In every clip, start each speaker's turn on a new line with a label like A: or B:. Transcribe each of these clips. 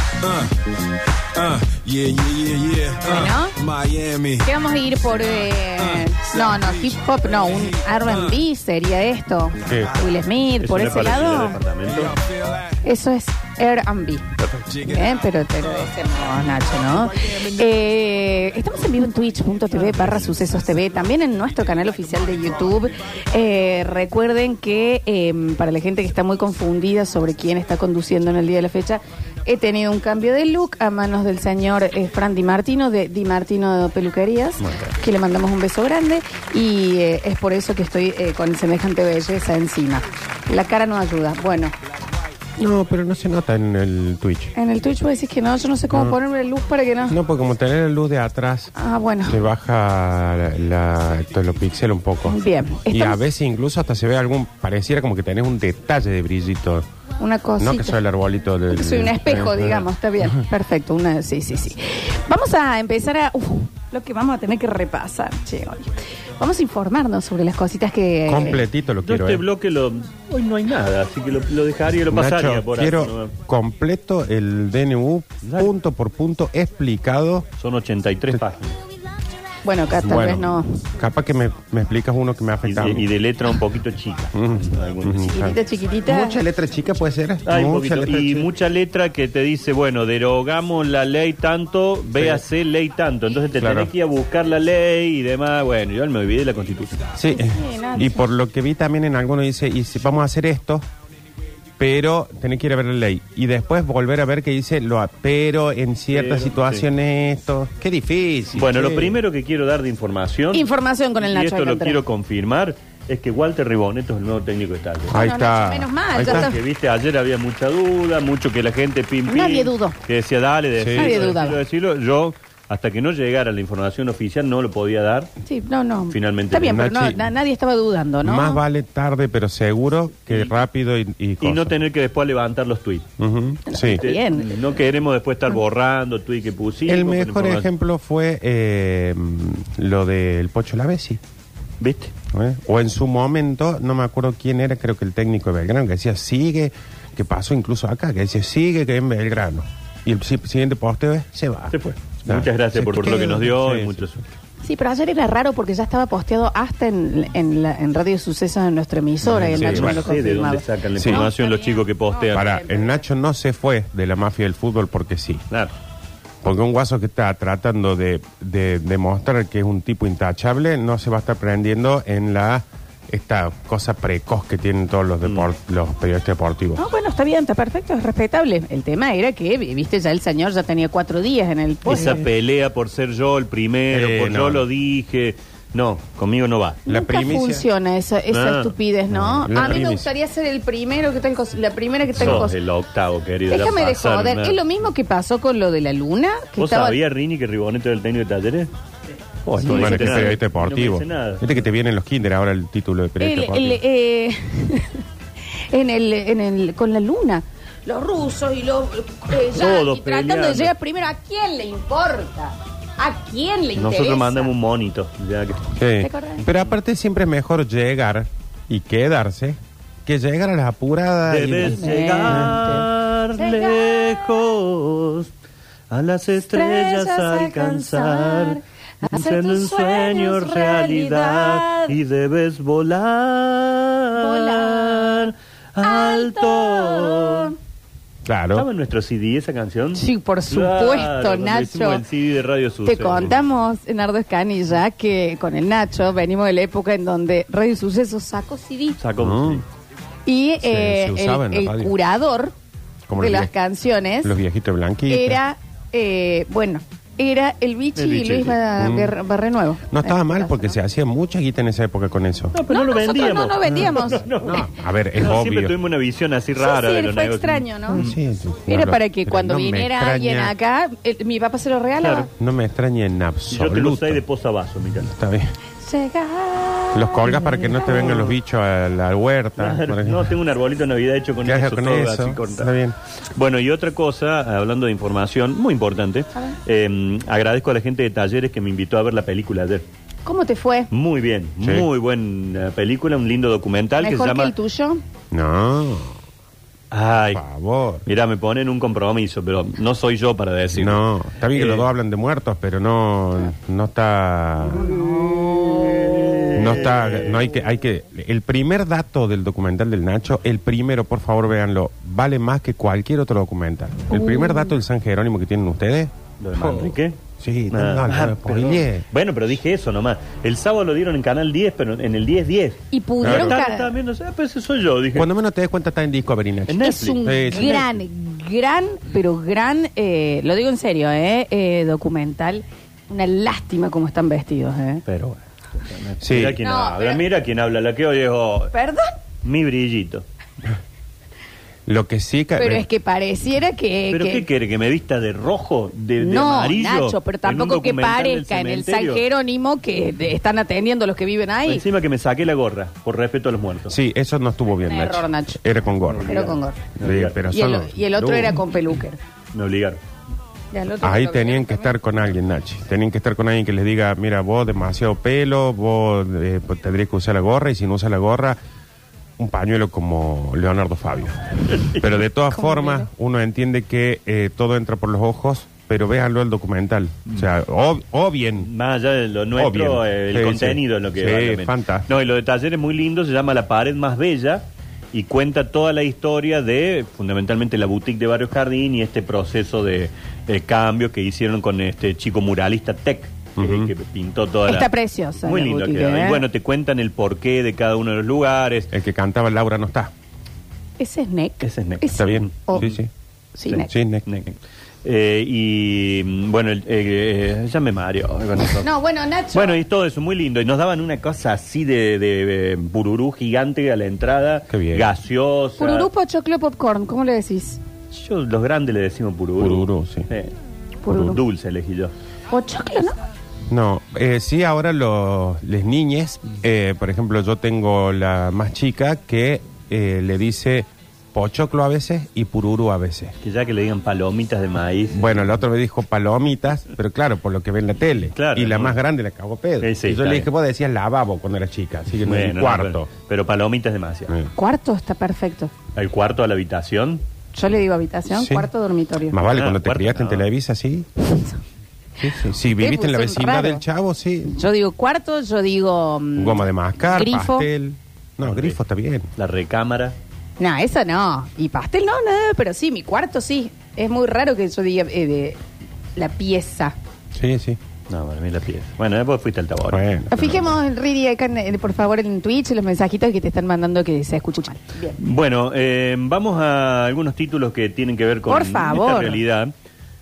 A: Uh, uh, yeah, yeah, yeah, yeah. Uh, Miami.
B: ¿Qué vamos a ir por.? eh, no, no, hip hop no, un RB sería esto.
C: Sí.
B: Will Smith,
C: Es
B: por
C: una
B: ese
C: parecida de
B: lado.
C: departamento.
B: Eso es RB. Bien, pero te lo decimos, Nacho, ¿no? Eh, estamos en vivo en twitch.tv barra sucesos TV, también en nuestro canal oficial de YouTube. Eh, recuerden que eh, para la gente que está muy confundida sobre quién está conduciendo en el día de la fecha, he tenido un cambio de look a manos del señor eh, Fran Di Martino de Di Martino Peluquerías, que le mandamos un beso grande y eh, es por eso que estoy eh, con semejante belleza encima. La cara no ayuda. Bueno,
C: No, pero no se nota en el Twitch.
B: en el Twitch vos decís que no, yo no sé cómo ponerme luz para que no.
C: No, porque como tener la luz de atrás,
B: Ah, bueno.
C: le baja la, la- todo lo pixel un poco.
B: Bien.
C: Y a
B: Estamos-
C: veces incluso hasta se ve algún, pareciera como que tenés un detalle de brillito.
B: Una cosita.
C: No que soy el arbolito del...
B: Que soy un espejo,
C: eh,
B: digamos. Está bien. Perfecto. Una, sí, sí, sí. Vamos a empezar a. uf, lo que vamos a tener que repasar, che, hoy. Vamos a informarnos sobre las cositas que.
C: Completito lo
D: Yo
C: quiero.
D: este
C: eh.
D: bloque lo, hoy no hay nada, así que lo, lo dejaría y lo pasaría
C: Nacho,
D: por ahí.
C: quiero
D: ¿no?
C: completo el DNU
D: Dale.
C: punto por punto explicado.
D: Son 83 páginas.
B: Bueno, acá tal vez no.
C: capaz que me, me explicas uno que me
D: Y,
C: afecta.
D: de- y de letra un poquito chica.
C: Mm.
D: Algunas.
B: Chiquitita, chiquitita.
C: Mucha letra chica puede ser.
D: Hay un
C: Mucha
D: poquito.
C: letra
D: Y
C: chica.
D: mucha letra que te dice, bueno, derogamos la ley tanto, véase ley tanto. Entonces te
C: Claro.
D: tenés que ir a buscar la ley y demás. Bueno, yo me olvidé de la constitución.
C: Sí,
B: Nacho.
C: y por lo que vi también en algunos dice, y si vamos a hacer esto, pero tenés que ir a ver la ley. Y después volver a ver que dice, lo a- pero en ciertas
D: Pero,
C: situaciones esto. Qué difícil.
D: Bueno,
C: che.
D: lo primero que quiero dar de información.
B: Información con el Nacho
D: Y esto lo
B: Alcántara.
D: quiero confirmar, es que Walter Riboneto es el nuevo técnico de Talleres.
C: Ahí
B: Bueno,
C: está.
B: Nacho, menos mal,
C: Ahí
B: ya
C: está.
B: está.
D: Que viste, ayer había mucha duda, mucho que la gente pim pim.
B: Nadie dudó.
D: Que decía, dale, decilo,
B: Nadie
D: decilo,
B: dudaba.
D: decilo. Yo, hasta que no llegara la información oficial, no lo podía dar.
B: Sí, no, no.
D: Finalmente
B: Está bien, pero
C: Nachi.
B: no- na- nadie estaba dudando, ¿no?
C: Más vale tarde pero seguro que rápido y, y
D: Y
C: cosa.
D: no tener que después levantar los tweets. Eh,
C: Ujú, Sí.
B: Está bien.
D: No queremos después estar borrando tweets que pusimos.
C: El
D: con
C: mejor
D: información.
C: ejemplo fue eh, lo del Pocho Lavesi.
D: ¿Viste?
C: ¿eh? O en su momento, no me acuerdo quién era, creo que el técnico de Belgrano, que decía, sigue, que pasó incluso acá, que dice, sigue que en Belgrano. Y el si- siguiente posteo es, se va.
D: Se fue.
C: Nah,
D: Muchas gracias
C: Ah. se
D: por, por lo que
C: quedó.
D: nos dio
C: Sí,
D: y
C: sí.
D: mucho su-
B: Sí, pero ayer era raro porque ya estaba posteado hasta en, en, la- en Radio Sucesos en nuestra emisora y el
C: Sí,
B: Nacho no
C: bueno,
D: No
B: lo
D: sé de
B: confirmaba.
D: dónde sacan la
C: Sí.
D: información
B: No, está
D: los chicos que
B: bien. No,
D: postean.
C: Para, el Nacho no se fue de la mafia del fútbol porque sí.
D: Claro.
C: Porque un guaso que está tratando de de demostrar que es un tipo intachable no se va a estar prendiendo en la esta cosa precoz que tienen todos
D: Mm.
C: los, depor- los periodistas deportivos.
B: No, bueno, está bien, está perfecto, es respetable. El tema era que, viste, ya el señor ya tenía cuatro días en el puesto.
D: Esa pelea por ser yo el primero,
C: Eh,
D: por
C: no.
D: yo lo dije. No, conmigo no va.
C: La
B: Nunca
C: primicia.
B: funciona esa, esa
D: No.
B: estupidez, ¿no?
C: No, la
B: a mí me
C: primicia.
B: gustaría ser el primero que tal cosa, la primera que tal
D: Sos
B: cosa.
D: el octavo, querido. ya
B: Déjame de
D: pasaron,
B: joder.
D: ¿no?
B: Es lo mismo que pasó con lo de la luna. Que
D: ¿Vos
B: estaba...
D: sabías, Rini, que Riboneto era el técnico de Talleres? Oh,
C: Bueno,
D: dijiste
C: que
D: nada.
C: periodista deportivo.
D: No me dice nada.
C: Viste que te vienen los kinder ahora el título de
B: El-
C: periodista
B: el,
C: deportivo.
B: eh, en el, en el, con la luna. Los rusos y los eh, ya,
D: Todos
B: y tratando de
D: peleando.
B: llegar primero. ¿A quién le importa? ¿A quién le interesa?
D: Nosotros mandamos un monito. ya que-
C: Sí.
B: ¿te acordás?
C: Pero aparte siempre es mejor llegar y quedarse que llegar a las apuradas. y-
D: Debes llegar
B: Llegar.
D: lejos a las estrellas alcanzar.
B: hacer
D: Hacer
B: tus
D: un sueño
B: sueños realidad.
D: realidad y debes volar,
B: Volar
D: alto.
B: Alto.
C: Claro.
D: ¿Estaba en nuestro CD esa canción?
B: Sí, por
D: Claro,
B: supuesto,
D: cuando
B: Nacho.
D: hicimos el CD de Radio
B: Te
D: Suceso.
B: contamos, Nardo Escanilla, que con el Nacho venimos de la época en donde Radio Sucesos sacó CD
D: Sacó
C: Mm.
D: sí.
B: y eh,
C: se usaba
B: el,
C: en la
B: el
C: radio.
B: curador
C: Como
B: de
C: los
B: las
C: vie-
B: canciones
C: Los viejitos blanquitos.
B: era, eh, bueno, era el bichi
D: El
B: y
D: Bichi,
B: Luis
D: sí.
B: Ba-
C: Mm.
B: Guerra- Barrenuevo.
C: No estaba
B: Eh,
C: mal
B: pasa,
C: porque
B: ¿no?
C: se hacía mucha guita en esa época con eso.
D: No, pero no, lo
B: nosotros
D: vendíamos.
B: No, no vendíamos.
C: No, a ver, es
D: No, Siempre
C: obvio. Mm,
D: tuvimos una visión así
B: Sí,
D: rara
B: sí,
D: de los
B: fue
D: negocios.
B: extraño, ¿no?
C: Sí, sí,
B: Era
C: no,
B: para que
C: pero
B: cuando
C: no me
B: viniera
C: extraña-
B: alguien acá, el- mi papá se lo regalaba.
D: Claro.
C: No me extraña en
D: Y
C: absoluto. Ah,
D: Yo te lo sé de posavasos, Miguel.
C: Está bien.
B: Llegar.
C: Los colgas para que no te vengan los bichos a la huerta. por ejemplo.
D: No, tengo un arbolito de Navidad hecho con
C: ¿Qué haces
D: eso.
C: con
D: todo
C: eso?
D: así cortado.
C: Está bien.
D: Bueno, y otra cosa, hablando de información muy importante, eh, agradezco a la gente de Talleres que me invitó a ver la película ayer.
B: ¿Cómo te fue?
D: Muy bien,
C: Sí.
D: muy buena película, un lindo documental que se
B: ¿Mejor que
D: llama
B: el tuyo?
C: No.
D: Ay,
C: Por favor.
D: mira, me ponen un compromiso, pero no soy yo para decir.
C: No, está bien que
D: Eh.
C: los dos hablan de muertos, pero no, no está. No está, no hay que, hay que. El primer dato del documental del Nacho, el primero, por favor, véanlo, vale más que cualquier otro documental.
B: Uh.
C: El primer dato del San Jerónimo que tienen ustedes.
D: ¿Lo de Manrique?
C: Sí, no,
D: Ah,
C: no, no,
D: ah,
C: no,
D: perdón.
C: spoileé.
D: Bueno, pero dije eso nomás. El sábado lo dieron en Canal 10, pero en el 10-10.
B: Y pudieron
D: Estaba-
B: car-
D: estaba viendo, ah, pero ese soy yo, dije.
C: Cuando menos te des cuenta, está en Discovery Nacho.
D: En
B: Es
D: Netflix.
B: un
C: Sí, sí.
B: gran, gran, pero gran, eh, lo digo en serio, eh, eh, documental. Una lástima cómo están vestidos. Eh.
D: Pero bueno.
C: Sí.
D: Mira quién
B: No,
D: habla,
B: pero-
D: mira quién habla. La que hoy es oh,
B: ¿Perdón?
D: mi brillito.
C: Lo que eh, sí. ca-
B: Pero es que pareciera que...
D: ¿Pero
B: Eh, que-
D: qué quiere? ¿Que me vista de rojo? ¿De, de
B: no,
D: amarillo?
B: Nacho, pero
D: en un
B: tampoco que
D: documental del
B: parezca en el San
D: cementerio? Pues
B: Jerónimo que de- están atendiendo los que viven ahí.
D: Encima que me saqué la gorra, por respeto a los muertos.
C: Sí, eso no estuvo bien,
B: Un
C: Nacho.
B: error, Nacho.
C: Era con gorro.
B: Pero con gorro.
C: Sí, pero
B: Y el,
C: solo-
B: y el otro
C: No.
B: era con peluquer.
D: Me obligaron.
B: Y al otro
C: Ahí
B: con
C: tenían
B: peluquer
C: que
B: también.
C: estar con alguien, Nachi. Tenían que estar con alguien que les diga, mira, vos demasiado pelo, vos eh, pues, tendrías que usar la gorra y si no usas la gorra, un pañuelo como Leonardo Fabio. Pero de todas
B: Como
C: formas,
B: Leo.
C: uno entiende que eh, todo entra por los ojos, pero véanlo el documental. O sea, o, o bien.
D: Más allá de lo nuestro,
C: Obvio.
D: eh, el
C: Sí,
D: contenido
C: sí.
D: es lo que
C: Sí,
D: vale la pena.
C: fantástico.
D: No, y lo de taller es muy lindo, se llama La pared más bella y cuenta toda la historia de fundamentalmente la boutique de Barrio Jardín y este proceso de eh, cambio que hicieron con este chico muralista Tech. que-
C: Ujú.
D: Que pintó toda la-
B: Está preciosa
D: Muy
B: la
D: lindo
B: boutique,
D: quedó.
B: ¿eh?
D: Y bueno, te cuentan el porqué de cada uno de los lugares.
C: El que cantaba Laura no está.
B: Ese es Neck.
D: Ese es Neck.
C: ¿Está bien?
B: o-
C: Sí, sí.
B: Sí,
D: Sí,
B: Neck.
C: Sí, Nick.
D: Neck, Neck. Eh, y mm, bueno, el, eh, eh, ya me mareo.
B: No, bueno, Nacho.
D: Bueno, y todo eso, muy lindo. Y nos daban una cosa así de, de, de eh, bururú gigante a la entrada.
C: Qué bien.
D: Gaseosa.
B: Pururú, pochoclo, popcorn, ¿cómo le decís?
D: Yo, los grandes le decimos pururú.
C: Pururú, sí.
B: Pururú.
D: Dulce elegí yo.
B: Pochoclo, ¿no?
C: No, eh, sí, ahora los les niñes, eh, por ejemplo, yo tengo la más chica que eh, le dice pochoclo a veces y pururu a veces.
D: Que ya que le digan palomitas de maíz.
C: Bueno, la otra me dijo palomitas, pero claro, por lo que ve en la tele.
D: Claro,
C: y la
D: ¿no?
C: más grande la cagó pedo.
D: Eh, sí,
C: y yo
D: está
C: le dije,
D: bien.
C: vos decías lavabo cuando era chica, así que no
D: Bueno,
C: es
D: no,
C: un cuarto.
D: pero, pero palomitas demasiado.
C: Eh.
B: Cuarto está perfecto.
D: El cuarto a la habitación.
B: Yo le digo habitación,
C: Sí.
B: cuarto dormitorio.
C: Más vale
D: Ah,
C: cuando te
D: cuarto,
C: criaste
D: no.
C: en Televisa, sí. Sí, sí. Si viviste en la
B: son
C: vecindad
B: raros.
C: del Chavo, sí.
B: Yo digo cuarto, yo digo. mm,
C: Goma de mascar,
B: Grifo.
C: pastel. No, grifo está bien.
D: La recámara.
B: No, eso no. Y pastel no, no, pero sí, mi cuarto sí. Es muy raro que yo diga eh, de la pieza.
C: Sí, sí.
D: No, para mí la pieza. Bueno, después fuiste al tabaco.
C: Bueno.
B: Fijemos, Riri, acá en- eh, por favor, en Twitch los mensajitos que te están mandando que se escuchan. Bien.
D: Bueno, eh, vamos a algunos títulos que tienen que ver con
B: Por favor.
D: esta realidad.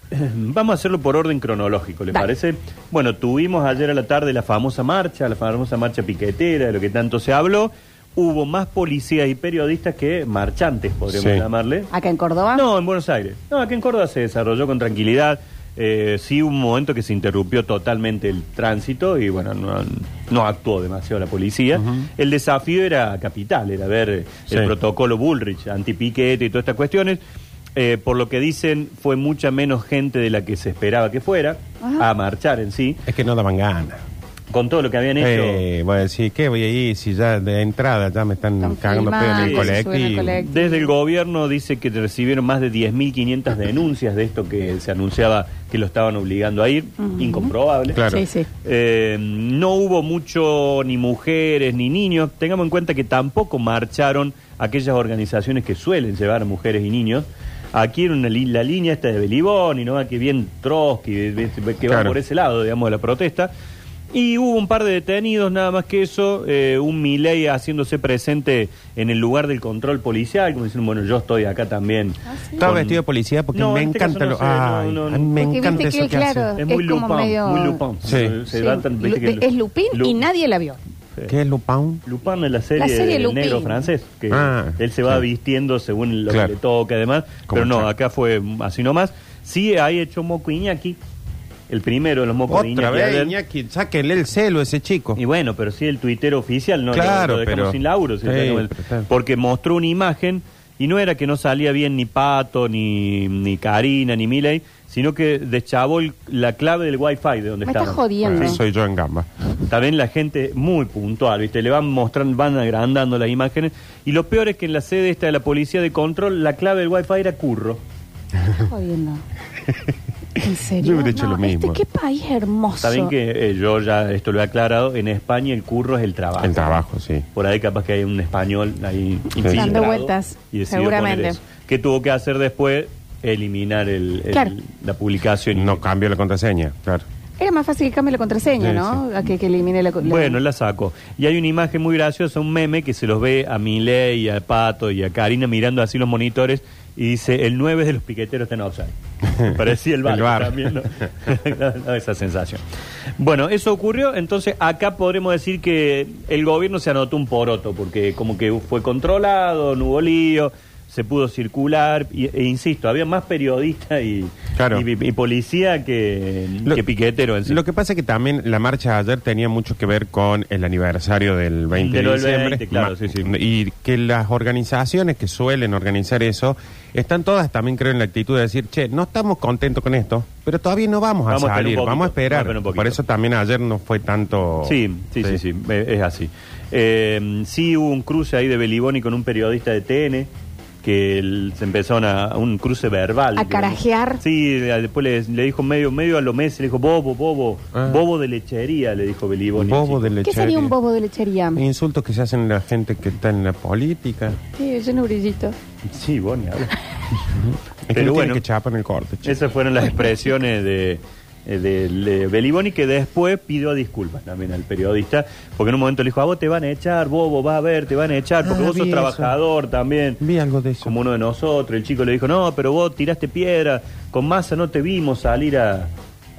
D: Vamos a hacerlo por orden cronológico, ¿les
B: Dale.
D: parece? Bueno, tuvimos ayer a la tarde la famosa marcha, la famosa marcha piquetera, de lo que tanto se habló. Hubo más policías y periodistas que marchantes, podríamos
C: Sí.
D: llamarle.
B: Acá en
C: ¿Ah?
B: Córdoba.
D: No, en Buenos Aires. No, aquí en Córdoba se desarrolló con tranquilidad. Eh, sí, hubo un momento que se interrumpió totalmente el tránsito y bueno, no, no actuó demasiado la policía. El desafío era capital, era ver eh, el
C: Sí.
D: protocolo Bullrich, antipiquete y todas estas cuestiones. Eh, por lo que dicen, fue mucha menos gente de la que se esperaba que fuera a marchar en sí,
C: Es que no daban ganas.
D: con todo lo que habían hecho.
C: Eh, voy a decir, ¿qué voy a ir si ya de entrada ya me están,
B: Están
C: cagando pedo en el
D: filmando,
B: se suben al
C: colectivo?
B: colectivo.
D: Desde el gobierno dice que recibieron más de 10.500 denuncias de esto que se anunciaba que lo estaban obligando a ir, incomprobable.
C: Claro.
B: Sí, sí.
D: Eh, no hubo mucho ni mujeres ni niños. Tengamos en cuenta que tampoco marcharon aquellas organizaciones que suelen llevar a mujeres y niños. Aquí en una li- la línea esta de Belibón y no que bien Trotsky, de- de- de- que va
C: Claro.
D: por ese lado, digamos, de la protesta. Y hubo un par de detenidos, nada más que eso, eh, un Milei haciéndose presente en el lugar del control policial, como diciendo, bueno, yo estoy acá también.
B: Ah,
C: Estaba
D: Con-
C: vestido de policía porque
D: No,
C: me
D: en este
C: encanta
D: caso no
C: lo.
D: sé, no,
C: ay,
D: no, no.
C: a mí me
B: Porque
C: encanta
B: viste
C: eso
B: que,
C: que hace.
B: claro,
D: Es muy
B: Es como
D: Lupin,
B: medio-
D: muy Lupin.
C: Sí.
B: Sí.
D: Se- se tratan- viste que
B: Lu- es Lupín y
D: Lu-
B: nadie la vio.
C: ¿Qué es Lupin?
D: Lupin es la serie,
B: La serie
D: del
B: Lupin.
D: negro francés, que
C: Ah,
D: él se va
C: sí.
D: vistiendo según lo
C: Claro.
D: que le toca, además.
C: Como
D: pero no,
C: Chuck.
D: acá fue así nomás. Sí, ahí hecho Moco Iñaki, el primero de los Moco de
C: Otra
D: Iñaki.
C: vez,
D: ayer.
C: Iñaki, sáquenle el celo a ese chico.
D: Y bueno, pero sí el tuitero oficial no
C: Claro,
D: lo, lo dejamos
C: pero-
D: sin laburo. si
C: Sí,
D: lo dejamos-
C: pero está-
D: porque mostró una imagen Y no era que no salía bien ni Pato, ni, ni Karina, ni Miley, sino que deschavó el- la clave del wifi de donde
B: Me estás
D: estaban.
B: jodiendo.
C: Bueno, Ah, soy yo en gamba.
D: También la gente muy puntual, ¿viste? Le van mostrando, van agrandando las imágenes. Y lo peor es que en la sede esta de la policía de control, la clave del wifi era curro.
B: Estás jodiendo. ¿En serio?
C: Yo hubiera hecho lo mismo.
B: Este, qué país hermoso.
D: Saben que eh, yo ya esto lo he aclarado, en España el curro es el trabajo.
C: El trabajo, sí.
D: Por ahí capaz que hay un español ahí infiltrado
B: Dando vueltas,
D: y decidió
B: seguramente.
D: poner eso. ¿Qué tuvo que hacer después? Eliminar el, el-
B: Claro.
D: la publicación.
C: No cambio la contraseña, claro.
B: Era más fácil que cambie la contraseña,
C: Sí,
B: ¿no? A que, que elimine la, la-
D: Bueno, la saco. Y hay una imagen muy graciosa, un meme que se los ve a Milei, a Pato y a Karina mirando así los monitores y dice, el 9 de los piqueteros está en offside. Parecía el bar,
C: El VAR.
D: también, ¿no? Daba esa sensación. Bueno, eso ocurrió, entonces acá podremos decir que el gobierno se anotó un poroto, porque como que fue controlado, no hubo lío, se pudo circular, y- e insisto, había más periodistas y,
C: Claro.
D: y- y policía que,
C: Lo-
D: que piquetero en sí.
C: Lo que pasa es que también la marcha de ayer tenía mucho que ver con el aniversario del 20 de,
D: De lo del
C: diciembre.
D: 20, claro,
C: Ma-
D: sí, sí.
C: Y que las organizaciones que suelen organizar eso están todas también, creo, en la actitud de decir, che, no estamos contentos con esto, pero todavía no vamos a
D: Vamos a esperar
C: salir,
D: un poquito,
C: vamos a
D: vamos a
C: esperar.
D: esperar un poquito.
C: Por eso también ayer no fue tanto.
D: Sí, sí, sí, sí, eh, es así. Eh, sí hubo un cruce ahí de Beliboni con un periodista de TN que el- se empezaron a, a un cruce verbal.
B: A
D: digamos.
B: carajear.
D: Sí, a- después le, le dijo medio medio a lo Messi, le dijo bobo, bobo,
C: Ah.
D: bobo de lechería, le dijo Beliboni.
C: Bobo
D: Sí.
C: de leche.
B: ¿Qué sería un bobo de lechería?
C: Insultos que se hacen a la gente que está en la política.
B: Sí, yo no brillito.
D: Sí, Boni, habla.
C: Es que
D: Pero
C: no
D: bueno.
C: tiene que chapar en el corte, che.
D: Esas fueron las expresiones de, eh, de, de Beliboni que después pidió disculpas también al periodista, porque en un momento le dijo, a vos te van a echar, bobo, vas a ver, te van a echar, porque
C: Ah,
D: vos sos
C: vi eso.
D: trabajador también.
C: Vi algo de eso.
D: Como uno de nosotros, el chico le dijo, no, pero vos tiraste piedra, con masa no te vimos salir a,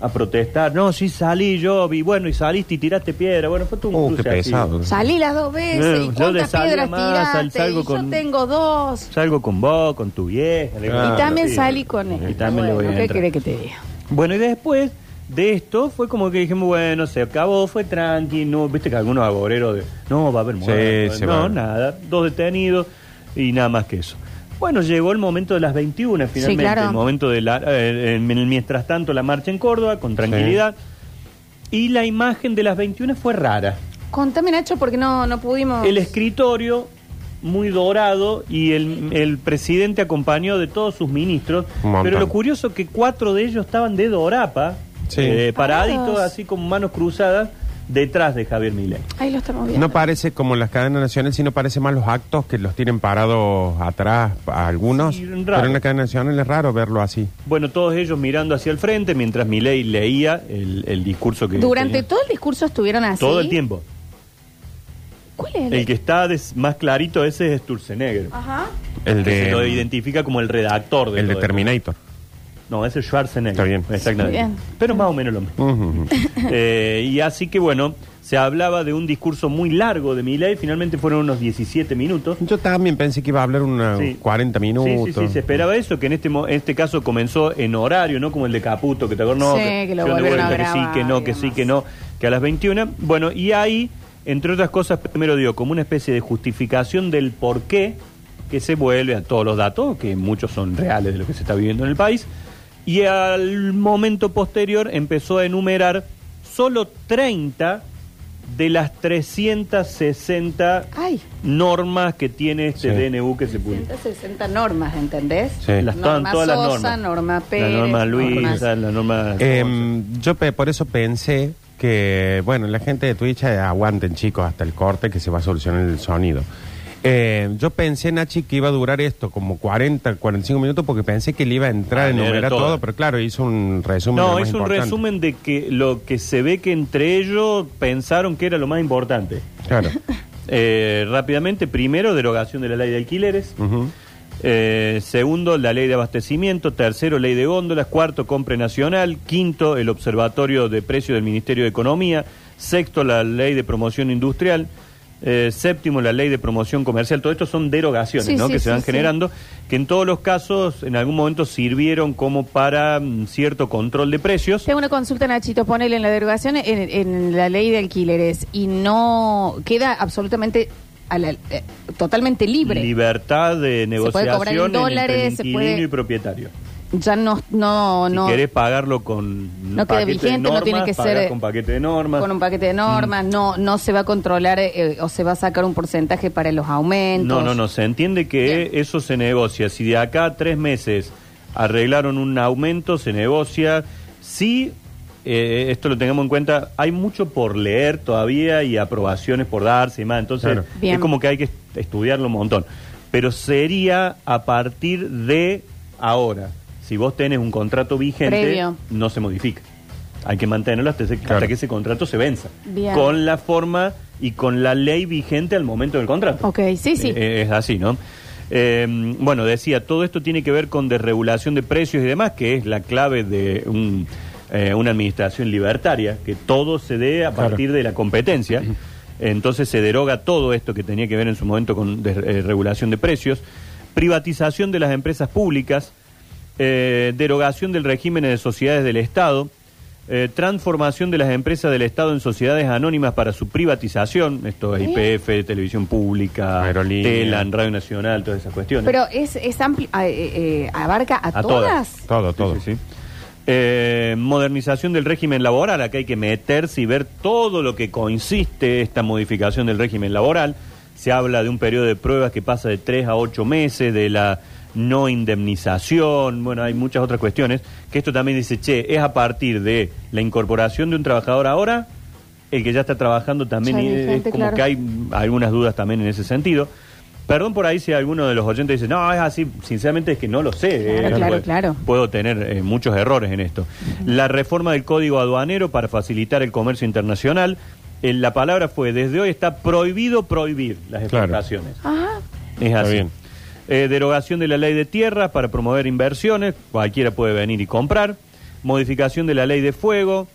D: a protestar. No, sí salí yo, vi, bueno, y saliste y tiraste piedra. Bueno, fue todo un
C: Uh, qué
D: cruce así.
C: pesado.
B: Salí las dos veces.
D: Eh,
B: ¿Y
D: yo le
B: cuántas
D: salí
B: piedras
D: más, sal-
B: tiraste?
D: salgo
B: Y
D: con-
B: Yo tengo dos.
D: Salgo con vos, con tu vieja. le digo,
C: Claro.
B: y también
D: sí.
B: salí con él.
D: Y también le
B: Bueno,
D: voy a
B: ¿Qué
D: entrar.
B: querés que te diga?
D: Bueno, y después de esto fue como que dijimos, bueno, se acabó, fue tranqui, no, viste que algunos agoreros de, no, va a haber muertos,
C: se
D: no,
C: van.
D: nada, dos detenidos y nada más que eso. Bueno, llegó el momento de las 21 finalmente,
B: claro.
D: el momento de la, eh, en el- mientras tanto la marcha en Córdoba con tranquilidad y la imagen de las 21 fue rara.
B: Contame, Nacho, porque no, no pudimos.
D: El escritorio muy dorado y el, el presidente acompañó de todos sus ministros.
C: Un montón.
D: Pero lo curioso que cuatro de ellos estaban de dorapa,
C: Sí.
D: eh, paraditos,
B: Parados.
D: así con manos cruzadas, detrás de Javier Milei.
B: Ahí lo estamos viendo.
C: No parece como las cadenas nacionales, sino parece más los actos que los tienen parados atrás a algunos.
D: Sí, raro.
C: pero en la cadena nacional es raro verlo así.
D: Bueno, todos ellos mirando hacia el frente mientras Milei leía el, el discurso que
B: Durante
D: tenía.
B: todo el discurso estuvieron así.
D: Todo el tiempo.
B: ¿Cuál es el? Ah.
D: El que está des- más clarito ese es Sturzenegger.
B: Ajá.
C: El
D: que se lo
C: de
D: identifica como el redactor de
C: el de
D: todo esto.
C: Terminator.
D: No, ese es Schwarzenegger.
C: Está bien.
D: Exactamente.
B: Bien.
D: Pero más o menos lo mismo.
C: Ujú, ujú.
D: Eh, y así que bueno, se hablaba de un discurso muy largo de Milei, finalmente fueron unos 17 minutos.
C: Yo también pensé que iba a hablar unos
D: Sí.
C: 40 minutos.
D: Sí, sí, sí, se esperaba eso, que en este, mo- en este caso comenzó en horario, ¿no? Como el de Caputo, que te acordás, no,
B: Sí, que lo
D: hicieron de
B: volvieron a
D: vuelta, que sí,
B: grabar
D: que
B: y
D: no, que sí,
B: demás.
D: que no, que a las 21. Bueno, y ahí, entre otras cosas, primero dio como una especie de justificación del por qué que se vuelve a todos los datos, que muchos son reales de lo que se está viviendo en el país, y al momento posterior empezó a enumerar solo 30 de las 360
B: Ay.
D: normas que tiene este
C: Sí.
D: DNU que se publica.
B: 160 normas, ¿entendés?
C: Sí.
D: Las-
B: norma
D: todas las
B: Sosa,
D: normas.
B: Norma Pérez.
D: La norma Luisa,
B: normas-
D: la norma.
C: Em, yo pe- por eso pensé que, bueno, la gente de Twitch eh, aguanten, chicos, hasta el corte que se va a solucionar el sonido. Eh, yo pensé, Nachi, que iba a durar esto como 40, 45 minutos porque pensé que le iba a entrar
D: Ah,
C: en
D: era
C: enumerar
D: todo.
C: todo, pero claro, hizo un resumen. de lo
D: no,
C: más
D: es un
C: importante.
D: resumen de que lo que se ve que entre ellos pensaron que era lo más importante.
C: Claro.
D: Eh, rápidamente, primero, derogación de la ley de alquileres.
C: Ujú.
D: Eh, segundo, la ley de abastecimiento. Tercero, ley de góndolas. Cuarto, compra nacional. Quinto, el observatorio de precios del Ministerio de Economía. Sexto, la ley de promoción industrial. Eh, séptimo, la ley de promoción comercial. Todo esto son derogaciones
B: Sí,
D: ¿no?
B: sí,
D: que
B: sí,
D: se van
B: sí.
D: generando, que en todos los casos en algún momento sirvieron como para mm, cierto control de precios.
B: Tengo una consulta, Nachito, ponele en la derogación en, en la ley de alquileres y no queda absolutamente a la- eh, totalmente libre.
D: Libertad de
B: puede
D: negociación
B: cobrar en
D: entre
B: dólares, se
D: inquilino
B: puede-
D: y propietario.
B: Ya no, no,
D: Si
B: no
D: querés pagarlo con
B: No queda
D: paquete de
B: vigente, no tiene
D: normas,
B: que
D: pagás
B: ser, eh,
D: con paquete de normas.
B: con un paquete de normas,
D: Mm.
B: no, no se va a controlar eh, o se va a sacar un porcentaje para los aumentos.
D: No, no, no, se entiende que eso se negocia. Si de acá a tres meses arreglaron un aumento, se negocia. Sí, eh, esto lo tengamos en cuenta, hay mucho por leer todavía y aprobaciones por darse y más, entonces
C: Claro.
B: Bien.
D: es como que hay que est- estudiarlo un montón. Pero sería a partir de ahora. Si vos tenés un contrato vigente,
B: Previo.
D: no se modifica. Hay que mantenerlo hasta, ese- hasta
C: Claro.
D: que ese contrato se venza.
B: Bien.
D: Con la forma y con la ley vigente al momento del contrato.
B: Ok, sí, sí.
D: Eh, es así, ¿no? Eh, bueno, decía, todo esto tiene que ver con desregulación de precios y demás, que es la clave de un, eh, una administración libertaria, que todo se dé a
C: Claro.
D: partir de la competencia. Entonces se deroga todo esto que tenía que ver en su momento con desregulación de precios, privatización de las empresas públicas, eh, derogación del régimen de sociedades del Estado, eh, transformación de las empresas del Estado en sociedades anónimas para su privatización, esto es IPF, televisión pública,
C: Aerolínea.
D: Telan, Radio Nacional, todas esas cuestiones.
B: Pero es, es amplio, ah, eh, eh, abarca a,
D: A todas.
C: Todo, todo.
D: Sí, sí, sí. Eh, modernización del régimen laboral, acá hay que meterse y ver todo lo que consiste esta modificación del régimen laboral. Se habla de un periodo de pruebas que pasa de 3 a 8 meses, de la no indemnización, bueno, hay muchas otras cuestiones, que esto también dice, che, es a partir de la incorporación de un trabajador ahora, el que ya está trabajando también,
B: Ya
D: y es
B: vigente,
D: como
B: claro.
D: que hay mm, algunas dudas también en ese sentido. Perdón por ahí si alguno de los oyentes dice, no, es así, sinceramente es que no lo sé,
B: Claro,
D: eh,
B: claro,
D: puede-
B: claro.
D: Puedo tener eh, muchos errores en esto. La reforma del código aduanero para facilitar el comercio internacional. eh, la palabra fue, desde hoy está prohibido prohibir las
C: Claro.
D: exportaciones.
B: Ah,
D: Es
C: Está
D: así.
C: bien.
D: Eh, derogación de la ley de tierras para promover inversiones. Cualquiera puede venir y comprar. Modificación de la ley de fuego.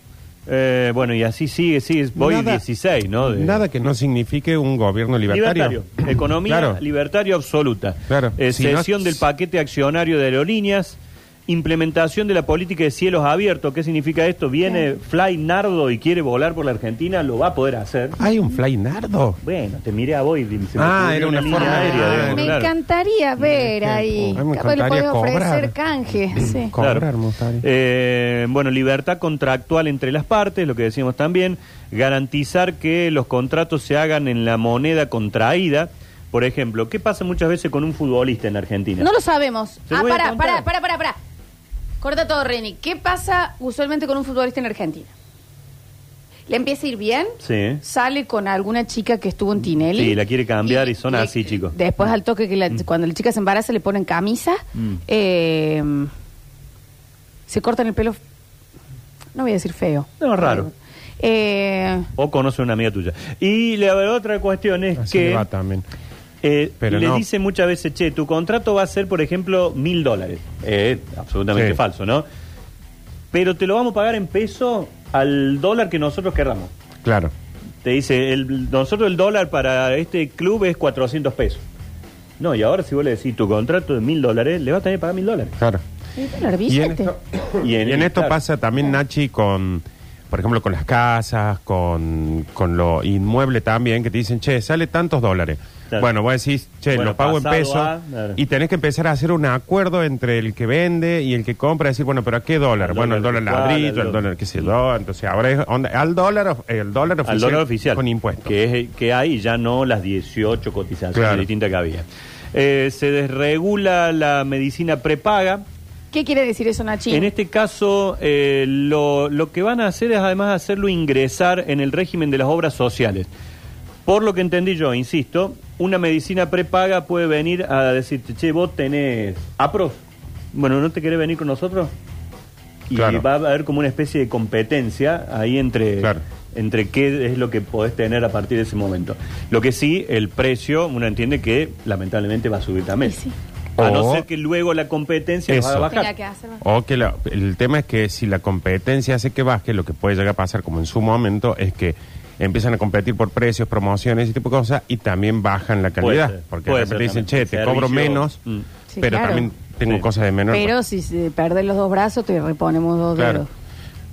D: Eh, bueno, y así sigue, sigue. Voy
C: Nada-
D: 16, ¿no? De-
C: Nada que no signifique un gobierno libertario.
D: Libertario. Economía
C: Claro.
D: libertaria absoluta.
C: Claro.
D: Eh,
C: Si no-
D: cesión del paquete accionario de aerolíneas. Implementación de la política de cielos abiertos. ¿Qué significa esto? Viene Fly Nardo y quiere volar por la Argentina, lo va a poder hacer.
C: ¿Hay un fly nardo?
D: Bueno, te miré a vos y se me
C: Ah,
D: ocurrió
C: era una
D: línea
C: forma-
D: aérea,
C: Ah,
D: digamos,
B: me
D: claro.
B: encantaría ver ahí.
C: Ah,
B: Capaz
C: me
B: le podés
C: encantaría
B: ofrecer
C: cobrar.
B: canje. Sí.
C: Cobrar,
D: Claro.
C: me gustaría.
D: Eh, bueno, libertad contractual entre las partes, lo que decíamos también. Garantizar que los contratos se hagan en la moneda contraída. Por ejemplo, ¿qué pasa muchas veces con un futbolista en Argentina?
B: No lo sabemos.
D: Se lo
B: Ah,
D: voy a
B: pará,
D: contar.
B: pará, pará, pará, pará. Corta todo, Reni. ¿Qué pasa usualmente con un futbolista en Argentina? ¿Le empieza a ir bien?
D: Sí.
B: Sale con alguna chica que estuvo en Tinelli.
D: Sí, la quiere cambiar y son así, chicos.
B: Después al toque que la- cuando la chica se embaraza le ponen camisa.
D: Mm.
B: eh, se cortan el pelo. No voy a decir feo.
D: No, raro.
B: Eh,
D: O conoce a una amiga tuya. Y la otra cuestión es
C: Así le
D: que
C: va también.
D: eh,
C: Pero
D: le
C: no.
D: dice muchas veces, che, tu contrato va a ser, por ejemplo, mil dólares. Eh, absolutamente
C: Sí.
D: falso, ¿no? Pero te lo vamos a pagar en peso al dólar que nosotros querramos.
C: Claro.
D: Te dice, el, nosotros el dólar para este club es 400 pesos. No, y ahora si vos le decís tu contrato de mil dólares, le vas a tener que pagar mil dólares.
C: Claro.
B: ¿el dólar
C: Y en
B: billete?
C: esto,
D: Y en-
C: y en esto
D: claro.
C: pasa también, Nachi, con, por ejemplo, con las casas, con, con lo inmueble también, que te dicen, che, sale tantos dólares.
D: Claro.
C: Bueno, vos decís, che,
D: Bueno,
C: lo pago en
D: pasado
C: pesos.
D: a- claro.
C: Y tenés que empezar a hacer un acuerdo entre el que vende y el que compra. Decir, bueno, pero ¿a qué dólar?
D: Al
C: bueno, el
D: dólar
C: dólar
D: actual, al
C: ladrillo, el
D: dólar-
C: dólar qué sé yo. Entonces, ahora es onda- al dólar, el dólar oficial,
D: al dólar oficial.
C: con impuestos.
D: Que, es, que hay ya no las 18 cotizaciones
C: Claro.
D: distintas que había. Eh, se desregula la medicina prepaga.
B: ¿Qué quiere decir eso, Nachi?
D: En este caso, eh, lo, lo que van a hacer es además hacerlo ingresar en el régimen de las obras sociales. Por lo que entendí yo, insisto, una medicina prepaga puede venir a decirte, che, vos tenés APROS. Bueno, ¿no te querés venir con nosotros? Y
C: Claro.
D: va a haber como una especie de competencia ahí entre,
C: Claro.
D: entre qué es lo que podés tener a partir de ese momento. Lo que sí, el precio, uno entiende que lamentablemente va a subir también.
B: Y sí.
D: A no
C: O-
D: ser que luego la competencia va a
C: Eso.
D: bajar.
B: Tenía que hacer más.
C: O que la- el tema es que si la competencia hace que baje, lo que puede llegar a pasar, como en su momento, es que empiezan a competir por precios, promociones, ese tipo de cosas, y también bajan la
D: Puede
C: calidad.
D: ser,
C: porque
D: puede
C: de repente
D: ser
C: dicen, che,
D: también.
C: te cobro
D: Servicio,
C: menos,
D: mm.
B: Sí,
C: pero
B: claro.
C: también tengo
D: Sí.
C: cosas de menor.
B: Pero si se pierden los dos brazos, te reponemos dos
C: claro.
B: dedos.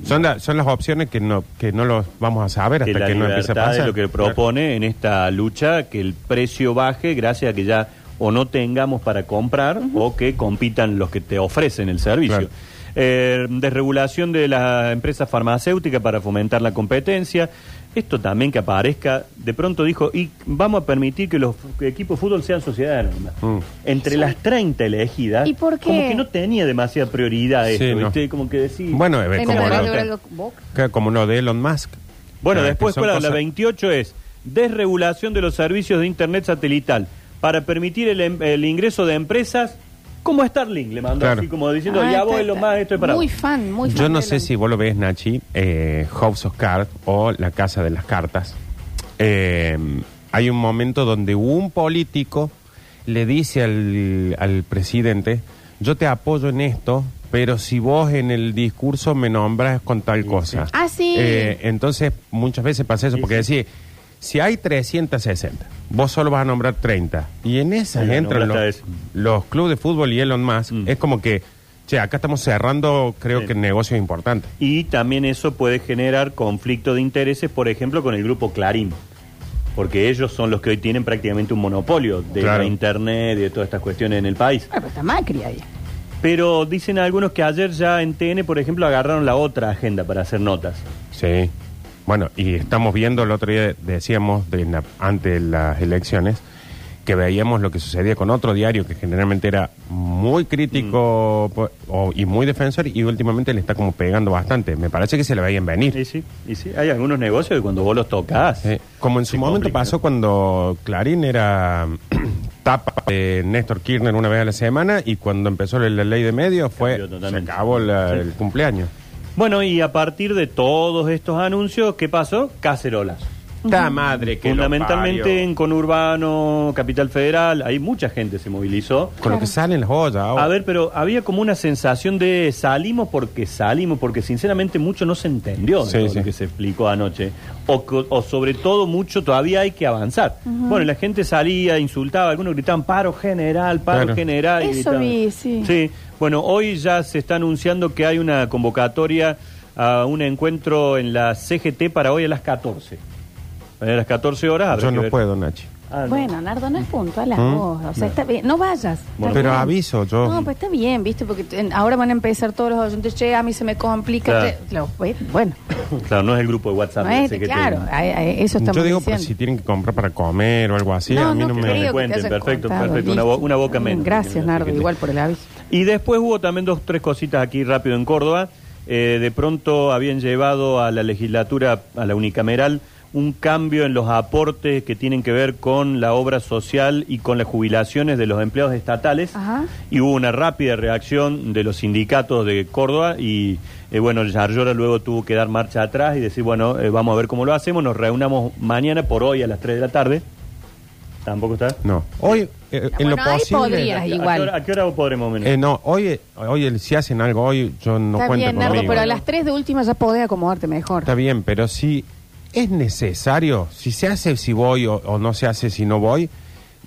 C: Son, la- son las opciones que no, que no los vamos a saber
D: que
C: hasta
D: la
C: que, no empiece a
D: libertad
C: pasar.
D: es lo que propone en esta lucha que el precio baje gracias a que ya o no tengamos para comprar o que compitan los que te ofrecen el servicio.
C: Claro.
D: Eh, desregulación de la empresa farmacéutica para fomentar la competencia. Esto también que aparezca, de pronto dijo, y vamos a permitir que los f- equipos de fútbol sean sociedades anónimas.
C: Mm.
D: Entre las 30 elegidas,
B: ¿Y por qué?
D: como que no tenía demasiada prioridad
C: Sí,
D: esto,
C: no.
D: ¿viste? Como que decir...
C: Bueno, eh,
B: Bueno,
C: como,
B: pero
C: lo,
B: debe haber algo- ¿Vos?
C: que- como lo de Elon Musk.
D: Bueno,
C: Eh, que
D: después
C: son
D: ¿cuál era? la
C: cosas-
D: 28 es desregulación de los servicios de Internet satelital para permitir el, em- el ingreso de empresas como Starlink, le mandó
C: Claro.
D: así como diciendo,
B: Ah,
D: ya
B: está-
D: vos lo más, esto es para
B: Muy
D: vos".
B: fan, muy fan.
C: Yo no
B: de
C: sé
B: la-
C: si vos lo ves, Nachi, eh, House of Cards o La Casa de las Cartas. Eh, hay un momento donde un político le dice al, al presidente, yo te apoyo en esto, pero si vos en el discurso me nombras con tal cosa.
B: Ah, sí.
C: Eh, entonces, muchas veces pasa eso,
D: Sí,
C: porque decís, si hay 360, vos solo vas a nombrar 30. Y en esas
D: Sí, la
C: entran
D: nombraste
C: los,
D: a eso.
C: los clubes de fútbol y Elon Musk.
D: Mm.
C: Es como que, che, acá estamos cerrando, creo
D: Sí.
C: que negocios importantes.
D: Y también eso puede generar conflicto de intereses, por ejemplo, con el grupo Clarín. Porque ellos son los que hoy tienen prácticamente un monopolio de
C: Claro.
D: la Internet y de todas estas cuestiones en el país.
B: Ah, pero está Macri ahí.
D: Pero dicen algunos que ayer ya en TN, por ejemplo, agarraron la otra agenda para hacer notas.
C: Sí. Bueno, y estamos viendo, el otro día decíamos, de la- ante las elecciones, que veíamos lo que sucedía con otro diario que generalmente era muy crítico
D: Mm.
C: po- o- y muy defensor y últimamente le está como pegando bastante. Me parece que se le veían venir.
D: Y sí, y sí, hay algunos negocios que cuando vos los tocas.
C: Eh, como en su momento pasó cuando Clarín era tapa de Néstor Kirchner una vez a la semana y cuando empezó la, la ley de medios fue
D: Cambió
C: se
D: totalmente.
C: acabó la-
D: Sí.
C: el cumpleaños.
D: Bueno, y a partir de todos estos anuncios, ¿qué pasó? Cacerolas.
C: La madre que lo parió.
D: Fundamentalmente en Conurbano, Capital Federal, ahí mucha gente se movilizó.
C: con lo que salen las ollas. ahora.
D: A ver, pero había como una sensación de salimos porque salimos, porque sinceramente mucho no se entendió de
C: Sí,
D: todo
C: sí.
D: lo que se explicó anoche. O, co- o sobre todo mucho todavía hay que avanzar. Bueno, la gente salía, insultaba, algunos gritaban paro general, paro
C: Claro.
D: general. y
B: Eso
D: gritaban.
B: vi, sí.
D: Sí, bueno, hoy ya se está anunciando que hay una convocatoria a un encuentro en la CGT para hoy a las 14. A las 14 horas. habrá
C: Yo
D: que
C: no
D: ver.
C: puedo, Nachi.
D: Ah, no.
B: Bueno, Nardo, no es puntual a
C: ¿Mm?
B: vos. O sea, está bien. No vayas.
D: Bueno.
B: Está
C: Pero
B: bien.
C: aviso, yo-
B: No, pues está bien, ¿viste? Porque en- ahora van a empezar todos los oyentes. Che, a mí se me complica.
D: Claro.
B: che, lo- bueno, bueno,
D: Claro, no es el grupo de WhatsApp.
B: no
D: de
B: es-
D: CGT.
B: claro, a- a- eso estamos
C: Yo digo, pero
B: diciendo.
C: si tienen que comprar para comer o algo así,
B: No,
C: a mí
B: no
C: no, me.
B: creo que te
D: Cuenten,
B: hayan
D: perfecto,
B: contado,
D: perfecto, una
B: listo.
D: bo- una boca menos.
B: Gracias, Nardo, igual por el aviso.
D: Y después hubo también dos, tres cositas aquí rápido en Córdoba. Eh, de pronto habían llevado a la legislatura, a la unicameral, un cambio en los aportes que tienen que ver con la obra social y con las jubilaciones de los empleados estatales.
B: Ajá.
D: Y hubo una rápida reacción de los sindicatos de Córdoba y, eh, bueno, Yarlora luego tuvo que dar marcha atrás y decir, bueno, eh, vamos a ver cómo lo hacemos, nos reunamos mañana por hoy a las 3 de la tarde. ¿Tampoco está?
C: No. Hoy, eh, en
B: Ah, Bueno,
C: lo
B: ahí
C: posible.
B: podría.
D: ¿A qué-
B: igual.
D: ¿A qué hora, a qué hora podremos menos?
C: Eh, no, hoy, eh, hoy el- si hacen algo hoy, yo no
B: está
C: cuento
B: bien, Nardo,
C: conmigo.
B: pero a las 3 de última ya podés acomodarte mejor.
C: Está bien, pero si es necesario, si se hace si voy o, o no se hace si no voy,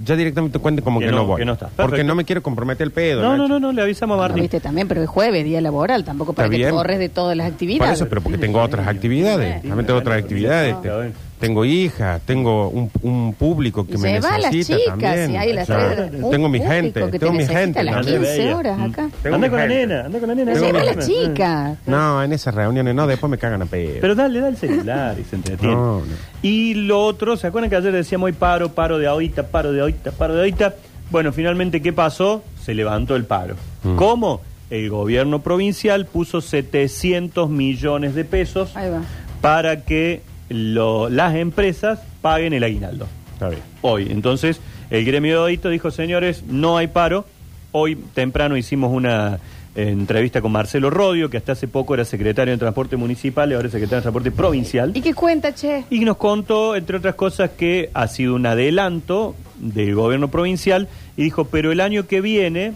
C: ya directamente cuente como
D: Que
C: que,
D: no,
C: no, voy.
D: que no está.
C: Porque
D: Perfecto.
C: no me quiero comprometer el pedo.
D: No,
C: Nachi.
D: no, no, no, le avisamos a
B: Bueno,
D: Martín.
B: viste también, pero el jueves, día laboral, tampoco para
C: Está
B: que te
C: bien.
B: corres de todas las
C: Por
B: actividades.
C: eso, pero porque tengo otras actividades. También tengo otras actividades.
D: Claro.
C: Tengo hija, tengo un, un público que
B: Y
C: me
B: lleva a las
C: necesita
B: chicas,
C: también.
B: si hay las
C: O sea,
B: tres- un
C: tengo mi
B: público
C: gente,
B: que te
C: tengo mi
B: necesita
C: gente.
B: a las
C: también.
D: Anda
B: 15
D: bella.
B: horas
D: Mm.
B: acá.
C: Tengo
D: Anda con la
C: mi gente.
D: nena, anda con la nena.
B: Pero
C: Tengo
B: lleva a
C: mi
B: las chicas.
C: No, en esas reuniones no, después me cagan a pedo.
D: Pero dale, da el celular y se entretiene.
C: No, no.
D: Y lo otro, ¿se acuerdan que ayer decíamos hoy paro, paro de ahorita, paro de ahorita, paro de ahorita? Bueno, finalmente, ¿qué pasó? Se levantó el paro.
C: Mm.
D: ¿Cómo? El gobierno provincial puso 700 millones de pesos
B: Ahí va.
D: para que lo- las empresas paguen el aguinaldo.
C: Está bien.
D: hoy. Entonces, el gremio de Odito dijo, señores, no hay paro. Hoy temprano hicimos una eh, entrevista con Marcelo Rodio, que hasta hace poco era secretario de Transporte Municipal y ahora es secretario de Transporte Provincial.
B: ¿Y qué cuenta, che?
D: Y nos contó, entre otras cosas, que ha sido un adelanto del gobierno provincial y dijo, pero el año que viene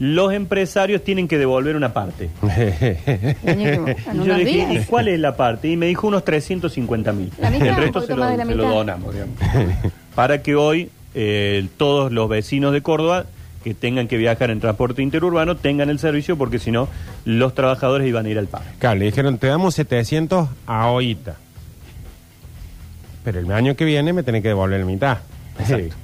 D: los empresarios tienen que devolver una parte. Y yo
B: Yo
D: le dije, ¿y cuál es la parte? Y me dijo unos 350 mil.
B: La mitad,
D: El
B: un
D: resto
B: poquito
D: se lo,
B: más de la
D: se lo
B: mitad.
D: donamos, digamos. Para que hoy eh, todos los vecinos de Córdoba que tengan que viajar en transporte interurbano tengan el servicio porque si no los trabajadores iban a ir al paro.
C: Claro, le dijeron, te damos 700 ahorita. Pero el año que viene me tenés que devolver la mitad.
D: Exacto.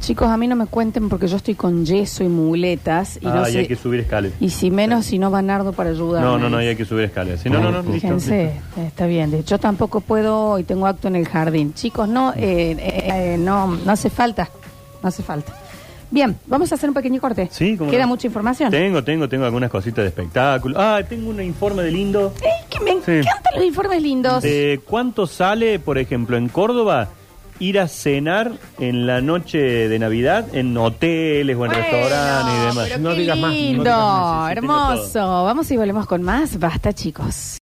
B: Chicos, a mí no me cuenten porque yo estoy con yeso y muletas. Y
D: ah,
B: no
D: y
B: sé-
D: hay que subir escaleras.
B: Y si menos, si no va Nardo para ayudar.
D: No, no, no, y hay que subir escaleras. Si no, no, no, listo,
B: Fíjense,
D: listo.
B: está bien. De- Yo tampoco puedo y tengo acto en el jardín. Chicos, no, eh, eh, eh, no, no hace falta. No hace falta. Bien, vamos a hacer un pequeño corte.
D: Sí, cómo
B: Queda
D: no.
B: mucha información.
D: Tengo, tengo, tengo algunas cositas de espectáculo. Ah, tengo un informe de lindo.
B: Ey, que me
D: Sí.
B: encantan los informes lindos.
D: de cuánto sale, por ejemplo, en Córdoba ir a cenar en la noche de Navidad en hoteles o en
B: Bueno,
D: restaurantes y demás.
B: pero
C: No
B: qué
C: digas más, no
B: lindo,
D: digas más, sí, sí, tengo
B: hermoso.
D: todo.
B: Vamos y volvemos con más. Basta, chicos.